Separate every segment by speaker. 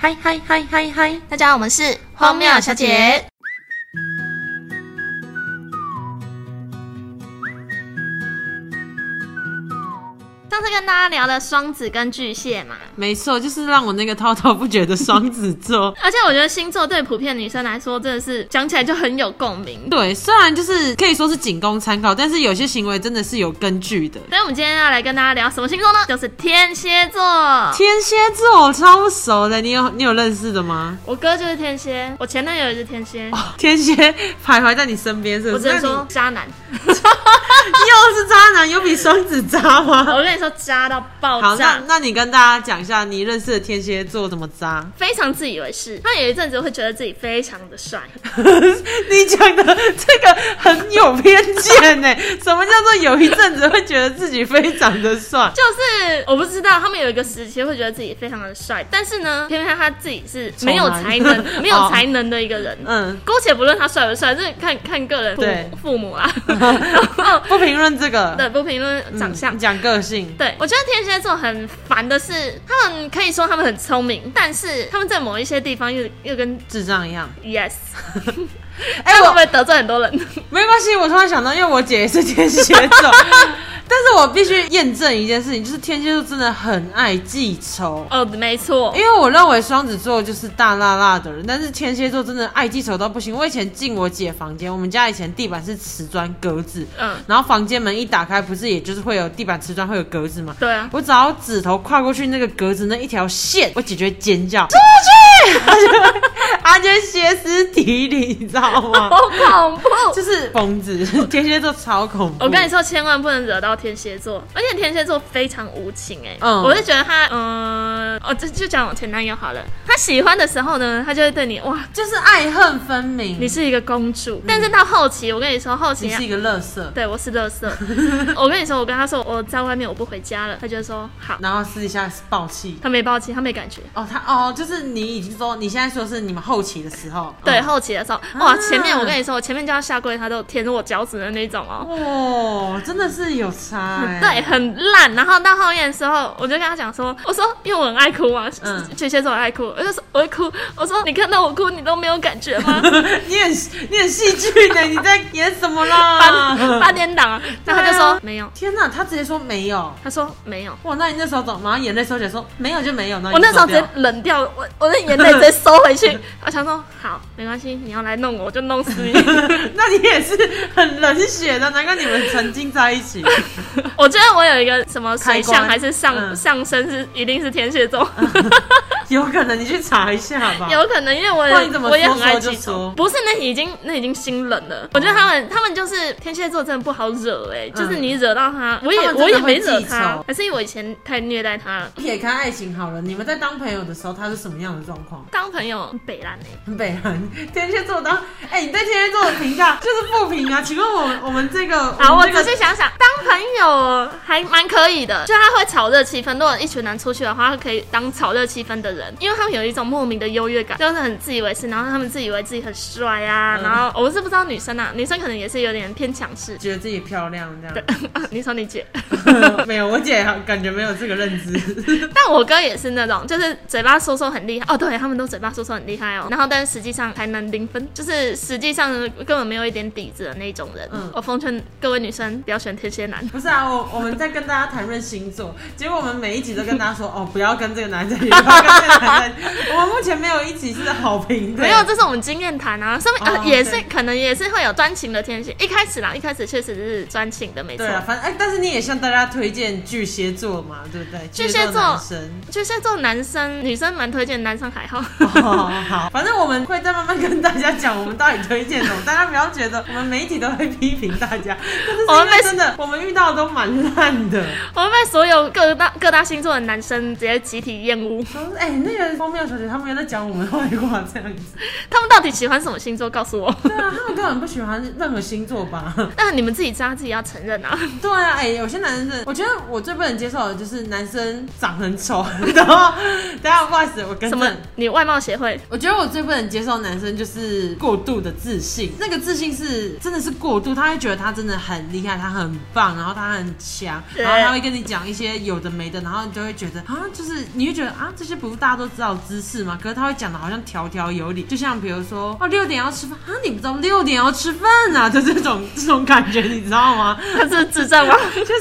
Speaker 1: 嗨嗨嗨嗨嗨！
Speaker 2: 大家好，我们是
Speaker 1: 荒谬小姐。
Speaker 2: 上次跟大家聊了双子跟巨蟹嘛，
Speaker 1: 没错，就是让我那个滔滔不绝的双
Speaker 2: 。
Speaker 1: 子座
Speaker 2: 而且我觉得星座对普遍女生来说真的是讲起来就很有共鸣。
Speaker 1: 对，虽然就是可以说是仅供参考，但是有些行为真的是有根据的。
Speaker 2: 所以我们今天要来跟大家聊什么星座呢？就是天蝎座。
Speaker 1: 天蝎座我超不熟的，你有你有认识的吗？
Speaker 2: 我哥就是天蝎，我前男友也是天蝎。
Speaker 1: 天蝎徘徊在你身边是
Speaker 2: 哦我
Speaker 1: 不是？
Speaker 2: 只能说
Speaker 1: 那
Speaker 2: 渣男，
Speaker 1: 你 又是渣男，有比双子渣吗？
Speaker 2: 我跟你说渣到爆
Speaker 1: 好，那
Speaker 2: 炸，
Speaker 1: 那你跟大家讲一下你认识的天蝎座怎么渣？
Speaker 2: 非常自以为是。他有一阵子会觉得自己非常的帅，
Speaker 1: 你讲的这个很有偏见呢。什么叫做有一阵子会觉得自己非常的帅？
Speaker 2: 就是我不知道他们有一个时期会觉得自己非常的帅，但是呢，偏偏他自己是没有才
Speaker 1: 丑男
Speaker 2: 能、没有
Speaker 1: 哦
Speaker 2: 才能的一个人。
Speaker 1: 嗯，
Speaker 2: 姑且不论他帅不帅，就是看看个人父
Speaker 1: 对
Speaker 2: 母父母 啊，然后
Speaker 1: 不评论这个，
Speaker 2: 对不评论长相。
Speaker 1: 嗯讲个性，
Speaker 2: 对，我觉得天蝎座很烦的是，他们可以说他们很聪明，但是他们在某一些地方又又跟
Speaker 1: 智障一样。
Speaker 2: yes，这样
Speaker 1: 哎、
Speaker 2: 会
Speaker 1: 我
Speaker 2: 不会得罪很多人？
Speaker 1: 没关系，我突然想到，因为我姐也是天蝎 座，但是我必须验证一件事情，就是天蝎座真的很爱记仇。
Speaker 2: 哦，没错
Speaker 1: 因，为我认为双子座就是大辣辣的人，但是天蝎座真的爱记仇到不行。我以前进我姐房间，我们家以前地板是瓷砖格子，
Speaker 2: 嗯，
Speaker 1: 然后房间门一打开，不是也就是会有地板瓷砖会有格子吗？
Speaker 2: 对啊，
Speaker 1: 我只要指头跨过去那个格子那一条线，我姐就会尖叫出去，她就会她就会歇斯底里，你知道吗？
Speaker 2: 好恐怖。
Speaker 1: 就是疯子，天蝎座超恐怖。
Speaker 2: 我跟你说，千万不能惹到天蝎座，而且天蝎座非常无情哎、
Speaker 1: 嗯
Speaker 2: 我就觉得他，嗯、哦，就就讲我前男友好了，他喜欢的时候呢，他就会对你，哇，
Speaker 1: 就是爱恨分明，
Speaker 2: 你是一个公主。但是到后期，我跟你说，后期
Speaker 1: 嗯
Speaker 2: 啊
Speaker 1: 你是一个乐色，
Speaker 2: 对我是乐色。 我跟你说，我跟他说我在外面我不回家了，他就说好，
Speaker 1: 然后私底下是暴气。
Speaker 2: 他没抱歉，他没感觉。
Speaker 1: 哦，他哦，就是你已经说，你现在说是你们后期的时候，
Speaker 2: 对，
Speaker 1: 嗯
Speaker 2: 后期的时候，哇，前面我跟你说，我前面就要下跪，他都舔我脚趾的那种哦。
Speaker 1: 哦，真的是有差、欸，
Speaker 2: 对，，很烂。然后到后面的时候，我就跟他讲说，我说因为我很爱哭嘛，
Speaker 1: 嗯
Speaker 2: 巨蟹座很爱哭，我就说我会哭，我说你看到我哭你都没有感觉 吗？
Speaker 1: 你很你很戏剧呢，你在演什么
Speaker 2: 八
Speaker 1: 啦？
Speaker 2: 八点档啊，然后他就
Speaker 1: 对
Speaker 2: 说、
Speaker 1: 啊
Speaker 2: 没有，
Speaker 1: 天哪，他直接说没有，
Speaker 2: 他说没有。
Speaker 1: 哇，那你那时候怎么马上眼泪收起来说没有就哦没有？那
Speaker 2: 我那时候直接
Speaker 1: 接
Speaker 2: 冷掉，我我的眼泪直接收回去。 我想说，好，没关系，你要来弄我，我就弄死 你。
Speaker 1: 那你也是很冷血的，难怪你们曾经在一 起。
Speaker 2: 我觉得我有一个什么水
Speaker 1: 开
Speaker 2: 象
Speaker 1: 关
Speaker 2: 还是上、
Speaker 1: 嗯
Speaker 2: 上升是一定是天蝎座，
Speaker 1: 有可能你去查一下吧。
Speaker 2: 有可能，因为我
Speaker 1: 不然你怎么
Speaker 2: 也我也
Speaker 1: 说
Speaker 2: 很爱
Speaker 1: 说就
Speaker 2: 记
Speaker 1: 说
Speaker 2: 仇，不是那已经那已经心冷了。我觉得他们他们就是天蝎座真的不好惹哎、就是你惹到他，我也
Speaker 1: 嗯他们真的
Speaker 2: 我也
Speaker 1: 会
Speaker 2: 没惹
Speaker 1: 记
Speaker 2: 他
Speaker 1: 仇，
Speaker 2: 还是因为我以前太虐待他了。
Speaker 1: 撇开爱情好了，你们在当朋友的时候，他是什么样的状况？
Speaker 2: 当朋友很北兰哎、
Speaker 1: 很北韩天蝎座当，哎、你对天蝎座的评价就是不评啊？请问我们我们这个，
Speaker 2: 好，我
Speaker 1: 们这
Speaker 2: 仔
Speaker 1: 个
Speaker 2: 细想想，当朋友还蛮可以的，就他会炒热气氛。如果一群人出去的话，他可以当炒热气氛的人，因为他们有一种莫名的优越感，就是很自以为是，然后他们自以为自己很帅啊。
Speaker 1: 嗯
Speaker 2: 然后我是不知道女生啊，女生可能也是有点偏强势。
Speaker 1: 觉得自己漂亮这样。
Speaker 2: 你说你姐，
Speaker 1: 没有，我姐感觉没有这个认知。
Speaker 2: 但我哥也是那种，就是嘴巴说说很厉害哦，对他们都嘴巴说说很厉害哦，然后但实际上才能零分，就是实际上根本没有一点底子的那种人。
Speaker 1: 嗯
Speaker 2: 我奉劝各位女生不要选天蝎男。
Speaker 1: 不是啊，我我们在跟大家谈论星座，结果我们每一集都跟大家说，哦，不要跟这个男生，不 要跟这个男生。我们目前没有一集是好评的。
Speaker 2: 没有，这是我们经验谈啊，上面、
Speaker 1: 哦
Speaker 2: 呃也是
Speaker 1: 对
Speaker 2: 可能也是会有专情的天蝎，一开始啦，一开始确实是专情的，没错
Speaker 1: 对。啊，反正哎、但是你也向大家推荐巨蟹座嘛，对不对？
Speaker 2: 巨蟹
Speaker 1: 蟹
Speaker 2: 座
Speaker 1: 男生。
Speaker 2: 巨蟹座男生女生蛮推荐，男生还好。
Speaker 1: 哦， 好，反正我们会再慢慢跟大家讲我们到底推荐什么，大家不要觉得我们每一集都会批评大家，但是
Speaker 2: 我
Speaker 1: 因
Speaker 2: 们
Speaker 1: 为
Speaker 2: 被
Speaker 1: 真的我们遇到的都蛮烂 的。
Speaker 2: 我们被所有各大各大星座的男生直接集体厌恶。
Speaker 1: 他说哎、那个荒谬小姐他们又在讲我们坏话这样子，
Speaker 2: 他们到底喜欢什么星座？告诉我。
Speaker 1: 对啊，他们根本不喜欢任何星座吧？
Speaker 2: 那你们自己知道，自己要承认啊。
Speaker 1: 对啊，哎、有些男生真的，我觉得我最不能接受的就是男生长很丑， 然后等一下不好意思，我跟
Speaker 2: 什么
Speaker 1: 正？
Speaker 2: 你外貌协会？
Speaker 1: 我觉得我最不能接受男生就是过度的自信，那个自信是真的是过度，他会觉得他真的很厉害，他很棒，然后他很强，
Speaker 2: 对
Speaker 1: 然后他会跟你讲一些有的没的，然后你就会觉得啊，就是你会觉得啊，这些不是大大家都知道知识嘛，可是他会讲的好像条条有理，就像比如说哦六点要吃饭啊，你不知道六点要吃饭啊，就这种这种感觉，你知道吗？
Speaker 2: 他是智 障吗？
Speaker 1: 就是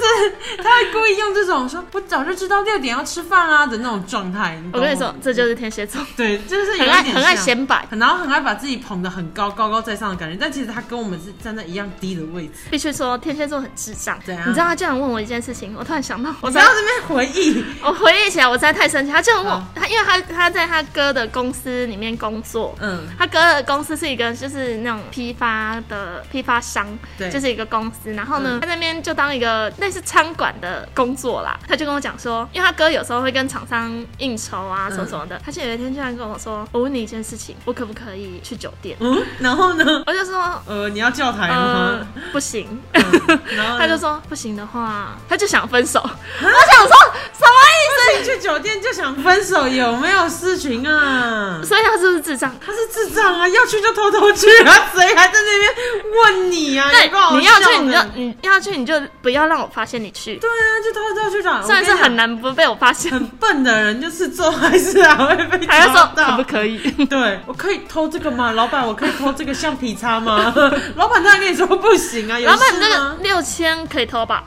Speaker 1: 他会故意用这种说我早就知道六点要吃饭啦、的那种状态。懂
Speaker 2: 我
Speaker 1: 吗
Speaker 2: 跟你说，这就是天蝎座，
Speaker 1: 对， 就是有
Speaker 2: 很
Speaker 1: 一
Speaker 2: 爱
Speaker 1: 点
Speaker 2: 很爱
Speaker 1: 像
Speaker 2: 显摆，
Speaker 1: 然后很爱把自己捧得很高，高高在上的感觉，但其实他跟我们是站在一样低的位置。
Speaker 2: 必须说天蝎座很智障。
Speaker 1: 怎样
Speaker 2: 你知道他居然问我一件事情，我突然想到，我
Speaker 1: 我
Speaker 2: 知
Speaker 1: 不
Speaker 2: 道
Speaker 1: 要这边回忆，
Speaker 2: 我回忆起来，我实在太生气。他就问我
Speaker 1: 嗯，
Speaker 2: 他因为他他在他哥的公司里面工作，
Speaker 1: 嗯，
Speaker 2: 他哥的公司是一个就是那种批发的批发商，
Speaker 1: 对
Speaker 2: 就是一个公司。然后呢，
Speaker 1: 嗯
Speaker 2: 他在那边就当一个类似餐馆的工作啦。他就跟我讲说，因为他哥有时候会跟厂商应酬
Speaker 1: 嗯
Speaker 2: 啊什么什么的，他就有一天居然跟我说，我问你一件事情，我可不可以去酒店？
Speaker 1: 嗯，然后呢？
Speaker 2: 我就说。
Speaker 1: 呃，你要教台
Speaker 2: 呃
Speaker 1: 吗？，
Speaker 2: 不行。
Speaker 1: 嗯然后
Speaker 2: 他就
Speaker 1: 说
Speaker 2: 说不行的话，他就想分 手。我想说什么意思？
Speaker 1: 哎去酒店就想分手，有没有事 情啊？
Speaker 2: 所以他是不是智障？
Speaker 1: 他是智障啊，要去就偷偷去啊，谁还在那边问你啊？有够好
Speaker 2: 对，你要
Speaker 1: 笑
Speaker 2: 去你就
Speaker 1: 的
Speaker 2: 你要去你就不要让我发现你去。
Speaker 1: 对啊，就偷偷去找。
Speaker 2: 虽然是
Speaker 1: 我跟
Speaker 2: 很
Speaker 1: 你讲
Speaker 2: 难不被我发现，
Speaker 1: 很笨的人，就是做坏事还会被
Speaker 2: 还要
Speaker 1: 抓
Speaker 2: 说
Speaker 1: 到。
Speaker 2: 可不可以？
Speaker 1: 对，我可以偷这个吗？老板，我可以偷这个橡皮擦 吗？老板当然跟你说不行啊，有
Speaker 2: 老板，
Speaker 1: 事
Speaker 2: 你这个
Speaker 1: 吗？
Speaker 2: 六千可以偷吧？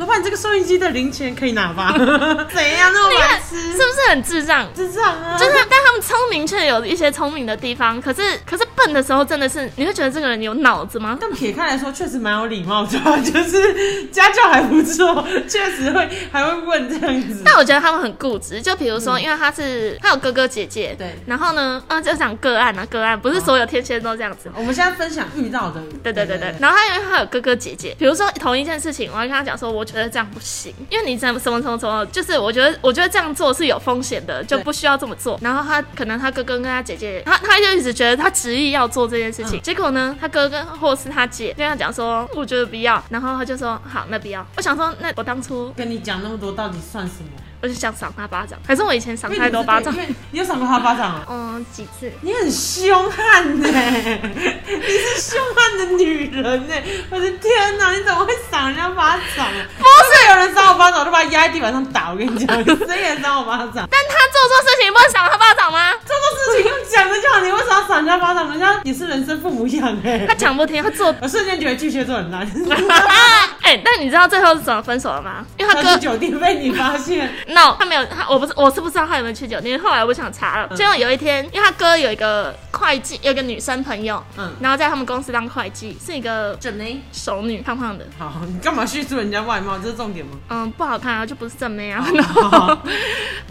Speaker 1: 老板，你这个收音机的零钱可以 拿吧？怎样那
Speaker 2: 你
Speaker 1: 么白
Speaker 2: 看
Speaker 1: 痴？
Speaker 2: 是不是很智障？
Speaker 1: 智障啊！
Speaker 2: 就是，但他们聪明却有一些聪明的地方，可是可是笨的时候真的是，你会觉得这个人有脑子吗？
Speaker 1: 但撇开来说，确实蛮有礼貌的，啊 就是家教还不错，确实会还会问这样子。
Speaker 2: 但我觉得他们很固执，就比如说，因为他是他有哥哥姐姐，
Speaker 1: 嗯对哦
Speaker 2: 然后呢，嗯，就讲个案啊，个案不是所有天蝎都这样子。
Speaker 1: 我们现在分享遇到的，
Speaker 2: 对对对对，然后他因为他有哥哥姐姐，比如说同一件事情，我要跟他讲说，我觉得这样不行，因为你怎么什么什么什么，就是我觉得我觉得这样做是有风险的，就不需要这么做。然后他可能他哥哥跟他姐姐，他他就一直觉得他执意要做这件事情，结果呢，他哥哥或是他姐跟他讲说，我觉得不要，然后他就说好，那不要。我想说，那我当初
Speaker 1: 跟你讲那么多，到底算什么？
Speaker 2: 我就想赏他巴掌，还是我以前赏
Speaker 1: 因为
Speaker 2: 太
Speaker 1: 你
Speaker 2: 多
Speaker 1: 是
Speaker 2: 巴掌
Speaker 1: 因，为你有赏过他巴掌啊？
Speaker 2: 嗯，几次。
Speaker 1: 你很凶悍呢、你是凶悍的女人呢、我的天哪，你怎么会赏人家巴掌、啊？不是有人赏我巴掌，我就把他压在地板上打。我跟你讲，谁也赏我巴掌？
Speaker 2: 但他做错事情不能赏他巴掌吗？
Speaker 1: 这种事情用讲的就好，你为什么要赏人家巴掌？人家也是人生父母养哎、
Speaker 2: 他讲不听，他做
Speaker 1: 我瞬间觉得巨蟹座很烂。
Speaker 2: 哎、但你知道最后是怎么分手了吗？因为他
Speaker 1: 他去
Speaker 2: 哥
Speaker 1: 酒店被你发现，
Speaker 2: no，他没有，他我不是我是不知道他有没有去酒店。后来我想查了，
Speaker 1: 嗯
Speaker 2: 结果有一天，因为他哥有一个会计，有一个女生朋友，
Speaker 1: 嗯
Speaker 2: 然后在他们公司当会计，是一个
Speaker 1: 整呢？
Speaker 2: 熟女，胖胖的，
Speaker 1: 好，你干嘛叙述人家外貌？这是重点吗？
Speaker 2: 嗯，不好看啊，就不是正妹
Speaker 1: 哦
Speaker 2: 啊。然后，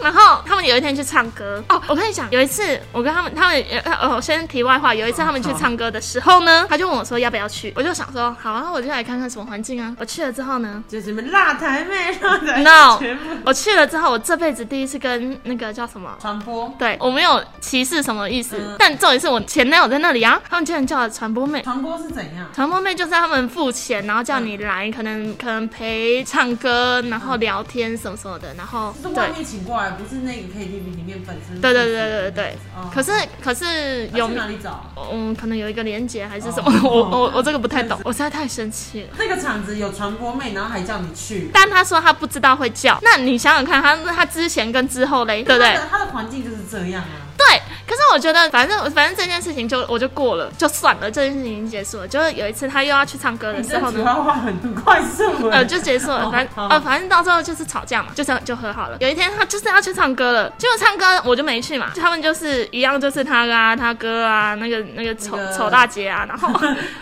Speaker 2: 然后他们有一天去唱歌哦，我跟你讲，有一次我跟他们，他们呃哦，先题外话，有一次他们去唱歌的时候呢，他就问我说要不要去，我就想说好啊，我就来看看什么环境啊。我去了之后呢，
Speaker 1: 就是什么辣台妹、辣台妹
Speaker 2: No
Speaker 1: 全部
Speaker 2: 我去了之后，我这辈子第一次跟那个叫什么。
Speaker 1: 传播。
Speaker 2: 对我没有歧视什么意思，
Speaker 1: 嗯
Speaker 2: 但重点是我前男友在那里啊，他们竟然叫我传播妹。
Speaker 1: 传播是怎样？
Speaker 2: 传播妹就是他们付钱，然后叫你来，可能可能陪唱歌，然后聊天什么什么的，然后
Speaker 1: 是外
Speaker 2: 对
Speaker 1: 面请过来，不是那个 KTV 里面本身。
Speaker 2: 对对对对对对
Speaker 1: 哦。
Speaker 2: 可是可是有
Speaker 1: 有哪里找啊？
Speaker 2: 嗯，可能有一个连接还是什么，
Speaker 1: 哦
Speaker 2: 我我我这个不太懂，我实在太生气了。
Speaker 1: 那个场子有传播妹，然后还叫你去，
Speaker 2: 但他说他不知道会叫，那你想想看，他他之前跟之后嘞，对不对
Speaker 1: 他？的他的环境就是这样啊。
Speaker 2: 对，可是我觉得反正反正这件事情就我就过了，就算了，这件事情已经结束了。就是有一次他又要去唱歌的
Speaker 1: 你
Speaker 2: 时
Speaker 1: 这
Speaker 2: 候
Speaker 1: 题
Speaker 2: 呢。
Speaker 1: 外话很快速哎
Speaker 2: 呃，就结束了，
Speaker 1: 哦
Speaker 2: 反
Speaker 1: 好
Speaker 2: 正呃，反正到最后就是吵架嘛，就是就和好了。有一天他就是要去唱歌了，结果唱歌我就没去嘛，他们就是一样，就是他啊、他哥啊、那个那个丑
Speaker 1: 那个
Speaker 2: 丑大姐啊，然后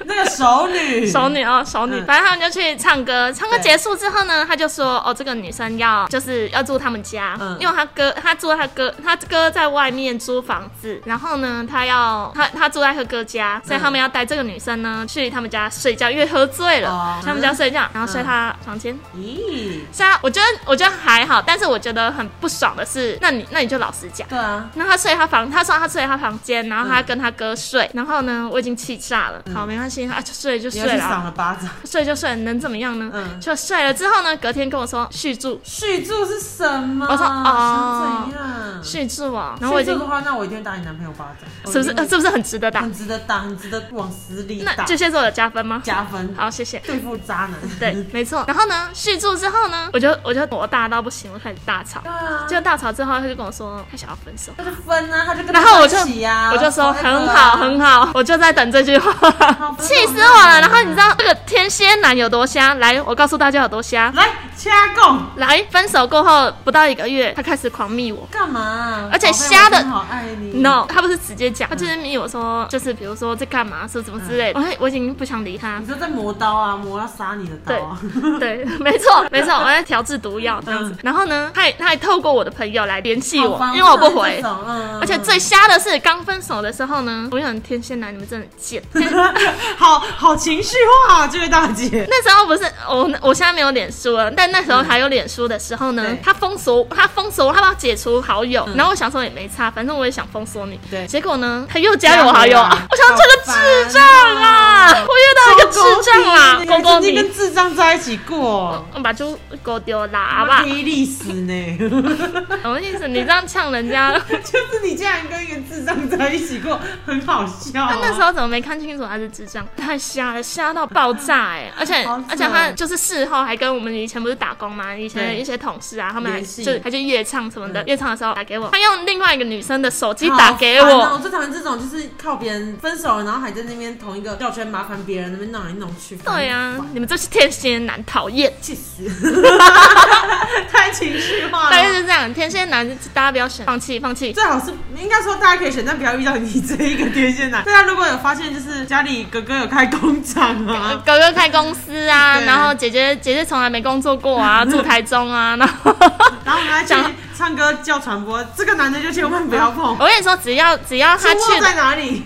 Speaker 1: 那个熟女，
Speaker 2: 熟女哦，熟女，
Speaker 1: 嗯
Speaker 2: 反正他们就去唱歌。唱歌
Speaker 1: 对
Speaker 2: 结束之后呢，他就说：“哦，这个女生要就是要住他们家，
Speaker 1: 嗯
Speaker 2: 因为他哥他住他哥他哥在外面租房子，然后呢，他要他他住在他哥家，所以
Speaker 1: 嗯
Speaker 2: 他们要带这个女生呢去他们家睡觉，因为喝醉了，
Speaker 1: 哦
Speaker 2: 去他们家睡觉，然后睡
Speaker 1: 嗯
Speaker 2: 他房间。
Speaker 1: 咦，
Speaker 2: 是啊，我觉得我觉得还好，但是我觉得很不爽的是，那你那你就老实讲。”
Speaker 1: 对啊，
Speaker 2: 那他睡他房，他说他睡他房间，然后
Speaker 1: 嗯
Speaker 2: 他跟他哥睡，然后呢，我已经气炸了。好，没关系，啊，就睡就
Speaker 1: 你
Speaker 2: 睡
Speaker 1: 要去
Speaker 2: 了啊，
Speaker 1: 赏了巴掌。
Speaker 2: 睡就睡，能怎么样呢？
Speaker 1: 嗯
Speaker 2: 就睡了之后呢，隔天跟我说续住，
Speaker 1: 续住是什么？
Speaker 2: 我说哦
Speaker 1: 想怎样？
Speaker 2: 续住哦。然后
Speaker 1: 然后
Speaker 2: 我
Speaker 1: 我
Speaker 2: 已经
Speaker 1: 的话，那我一定会打你男朋友巴掌，
Speaker 2: 是不是、呃是不是很值得打
Speaker 1: 哦很？值得打，很值得往死里
Speaker 2: 那
Speaker 1: 打，
Speaker 2: 巨蟹座有加分吗？
Speaker 1: 加分，嗯
Speaker 2: 好，谢谢。
Speaker 1: 对付渣男。
Speaker 2: 对，没错。然后呢，续住之后呢，我就我就我大到不行，我开始大吵。
Speaker 1: 啊，
Speaker 2: 就大吵之后，他就跟我说他想要分手，
Speaker 1: 他就分啊，他就跟
Speaker 2: 然后
Speaker 1: 他
Speaker 2: 我
Speaker 1: 在
Speaker 2: 就
Speaker 1: 一起呀、啊，
Speaker 2: 我就说很
Speaker 1: forever
Speaker 2: 好
Speaker 1: 啊
Speaker 2: 很好，我就在等这句话，
Speaker 1: 分手
Speaker 2: 气死我了。
Speaker 1: 很好
Speaker 2: 然后你知道这个天蝎男有多瞎？来，我告诉大家有多瞎。
Speaker 1: 来掐供
Speaker 2: 来，分手过后不到一个月，他开始狂密我。
Speaker 1: 干嘛？
Speaker 2: 而且
Speaker 1: 宝贝
Speaker 2: 瞎的
Speaker 1: 我真好爱你
Speaker 2: no，他不是直接讲，嗯他就是密我说，就是比如说在干嘛，说怎么之类的，我我已经不想理他
Speaker 1: 你，就在磨刀啊，磨到杀你的刀啊，
Speaker 2: 对， 没错，没错，我在调制毒药这样子。然后呢，他也他还透过我的朋友来联系我
Speaker 1: 好，烦
Speaker 2: 因为我不
Speaker 1: 讨
Speaker 2: 回
Speaker 1: 厌这。种嗯、
Speaker 2: 而且最瞎的是，刚分手的时候呢，我有很天蝎男，你们真的很贱。
Speaker 1: 好好情绪化、啊，这位大姐。
Speaker 2: 那时候不是我，我现在没有脸书了，但那时候还有脸书的时候呢，
Speaker 1: 对嗯
Speaker 2: 他封锁我他封锁我，他把我解除好友，然后我想说也没差，反正我也想封锁你。
Speaker 1: 对
Speaker 2: 结果呢，他又加了我好友，
Speaker 1: 加回来
Speaker 2: 我想说这
Speaker 1: 好
Speaker 2: 个智障
Speaker 1: 烦
Speaker 2: 啊，
Speaker 1: 啊
Speaker 2: 我遇到一个智障啊，
Speaker 1: 狗
Speaker 2: 公公
Speaker 1: 狗你还曾经
Speaker 2: 你
Speaker 1: 跟。智障在一起过，
Speaker 2: 我把猪狗丢啦
Speaker 1: 好
Speaker 2: 吧，
Speaker 1: 黑历史呢？
Speaker 2: 什么意思？你这样呛人家，
Speaker 1: 就是你竟然跟一个智障在一起过，很好笑、啊。
Speaker 2: 他那时候怎么没看清楚他是智障？太瞎了，瞎到爆炸哎、而且
Speaker 1: 好扯
Speaker 2: 而且他就是事后还跟我们以前不是打工嘛，以前
Speaker 1: 对
Speaker 2: 一些同事啊，他们还
Speaker 1: 联系
Speaker 2: 就还去夜唱什么的，
Speaker 1: 嗯
Speaker 2: 夜唱的时候打给我，他用另外一个女生的手机
Speaker 1: 好
Speaker 2: 打给
Speaker 1: 烦
Speaker 2: 我
Speaker 1: 啊。我最讨厌这种，就是靠别人分手了，然后还在那边同一个绕圈麻烦别人那边弄来弄 去。
Speaker 2: 对啊，你们这是天蝎男，讨厌！
Speaker 1: 气死！ 太情绪化
Speaker 2: 大概
Speaker 1: 了。
Speaker 2: 是这样，天蝎男大家不要选，放弃，放弃。
Speaker 1: 最好是应该说大家可以选，但不要遇到你这一个天蝎男。大家如果有发现，就是家里哥哥有开工厂
Speaker 2: 呃
Speaker 1: 啊，
Speaker 2: 哥哥开公司啊，
Speaker 1: 对
Speaker 2: 然后姐姐姐姐从来没工作过啊，住台中啊，然后
Speaker 1: 然后我们还去
Speaker 2: 讲
Speaker 1: 唱歌叫传播，这个男的就千万不要碰。
Speaker 2: 我跟你说，只要只要
Speaker 1: 出
Speaker 2: 哦他
Speaker 1: 没
Speaker 2: 去的
Speaker 1: 在哪里？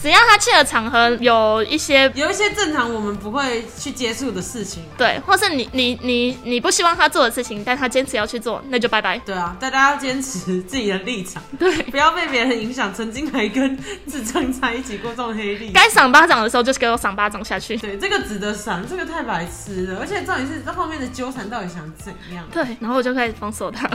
Speaker 2: 只要他去的场合有一些
Speaker 1: 有一些正常我们不会去接触的事情。
Speaker 2: 对，或是你你你你不希望他做的事情，但他坚持要去做，那就拜拜。
Speaker 1: 对啊，大家要坚持自己的立场，
Speaker 2: 对，
Speaker 1: 不要被别人影响。曾经还跟智障在一起过这种黑历史。
Speaker 2: 该赏巴掌的时候就给我赏巴掌下去。
Speaker 1: 对，这个值得赏，这个太白痴了。而且重点是，这后面的纠缠到底想怎样？
Speaker 2: 对，然后我就开始封锁他。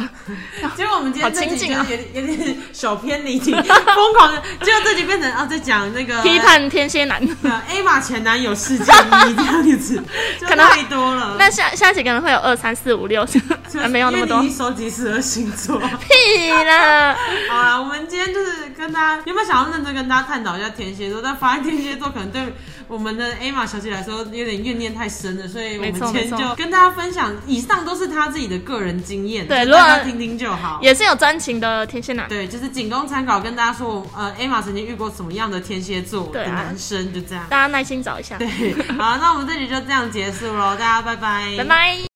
Speaker 1: 结果我们今天
Speaker 2: 啊好
Speaker 1: 这集
Speaker 2: 亲
Speaker 1: 就
Speaker 2: 近啊
Speaker 1: 是有点有点小偏离题，疯狂的，结果这集变成啊在讲那个
Speaker 2: 批判天蝎男。
Speaker 1: 呃 A 马前男友事件一这样子，就
Speaker 2: 可能
Speaker 1: 太多了。
Speaker 2: 那下下一集可能会有二三四五 六，还没有那么
Speaker 1: 因
Speaker 2: 多
Speaker 1: 为你已。经收集十二星座。
Speaker 2: 屁啦！
Speaker 1: 好啦，我们今天就是跟大家有没有想要认真跟大家探讨一下天蝎座？但发现天蝎座可能对我们的 A 玛小姐来说有点怨念太深了，所以我
Speaker 2: 没
Speaker 1: 们
Speaker 2: 错
Speaker 1: 今
Speaker 2: 没
Speaker 1: 天
Speaker 2: 错
Speaker 1: 就跟大家分享，以上都是她自己的个人经验，
Speaker 2: 对
Speaker 1: 就是
Speaker 2: 如果
Speaker 1: 大家听听就好。
Speaker 2: 也是有专情的天蝎男。
Speaker 1: 对，就是仅供参考，跟大家说，呃，A 玛曾经遇过什么样的天蝎座
Speaker 2: 对
Speaker 1: 的
Speaker 2: 啊
Speaker 1: 男生，就这样。
Speaker 2: 大家耐心找一下。
Speaker 1: 对，好，那我们这里就这样结束喽，大家拜拜，
Speaker 2: 拜拜。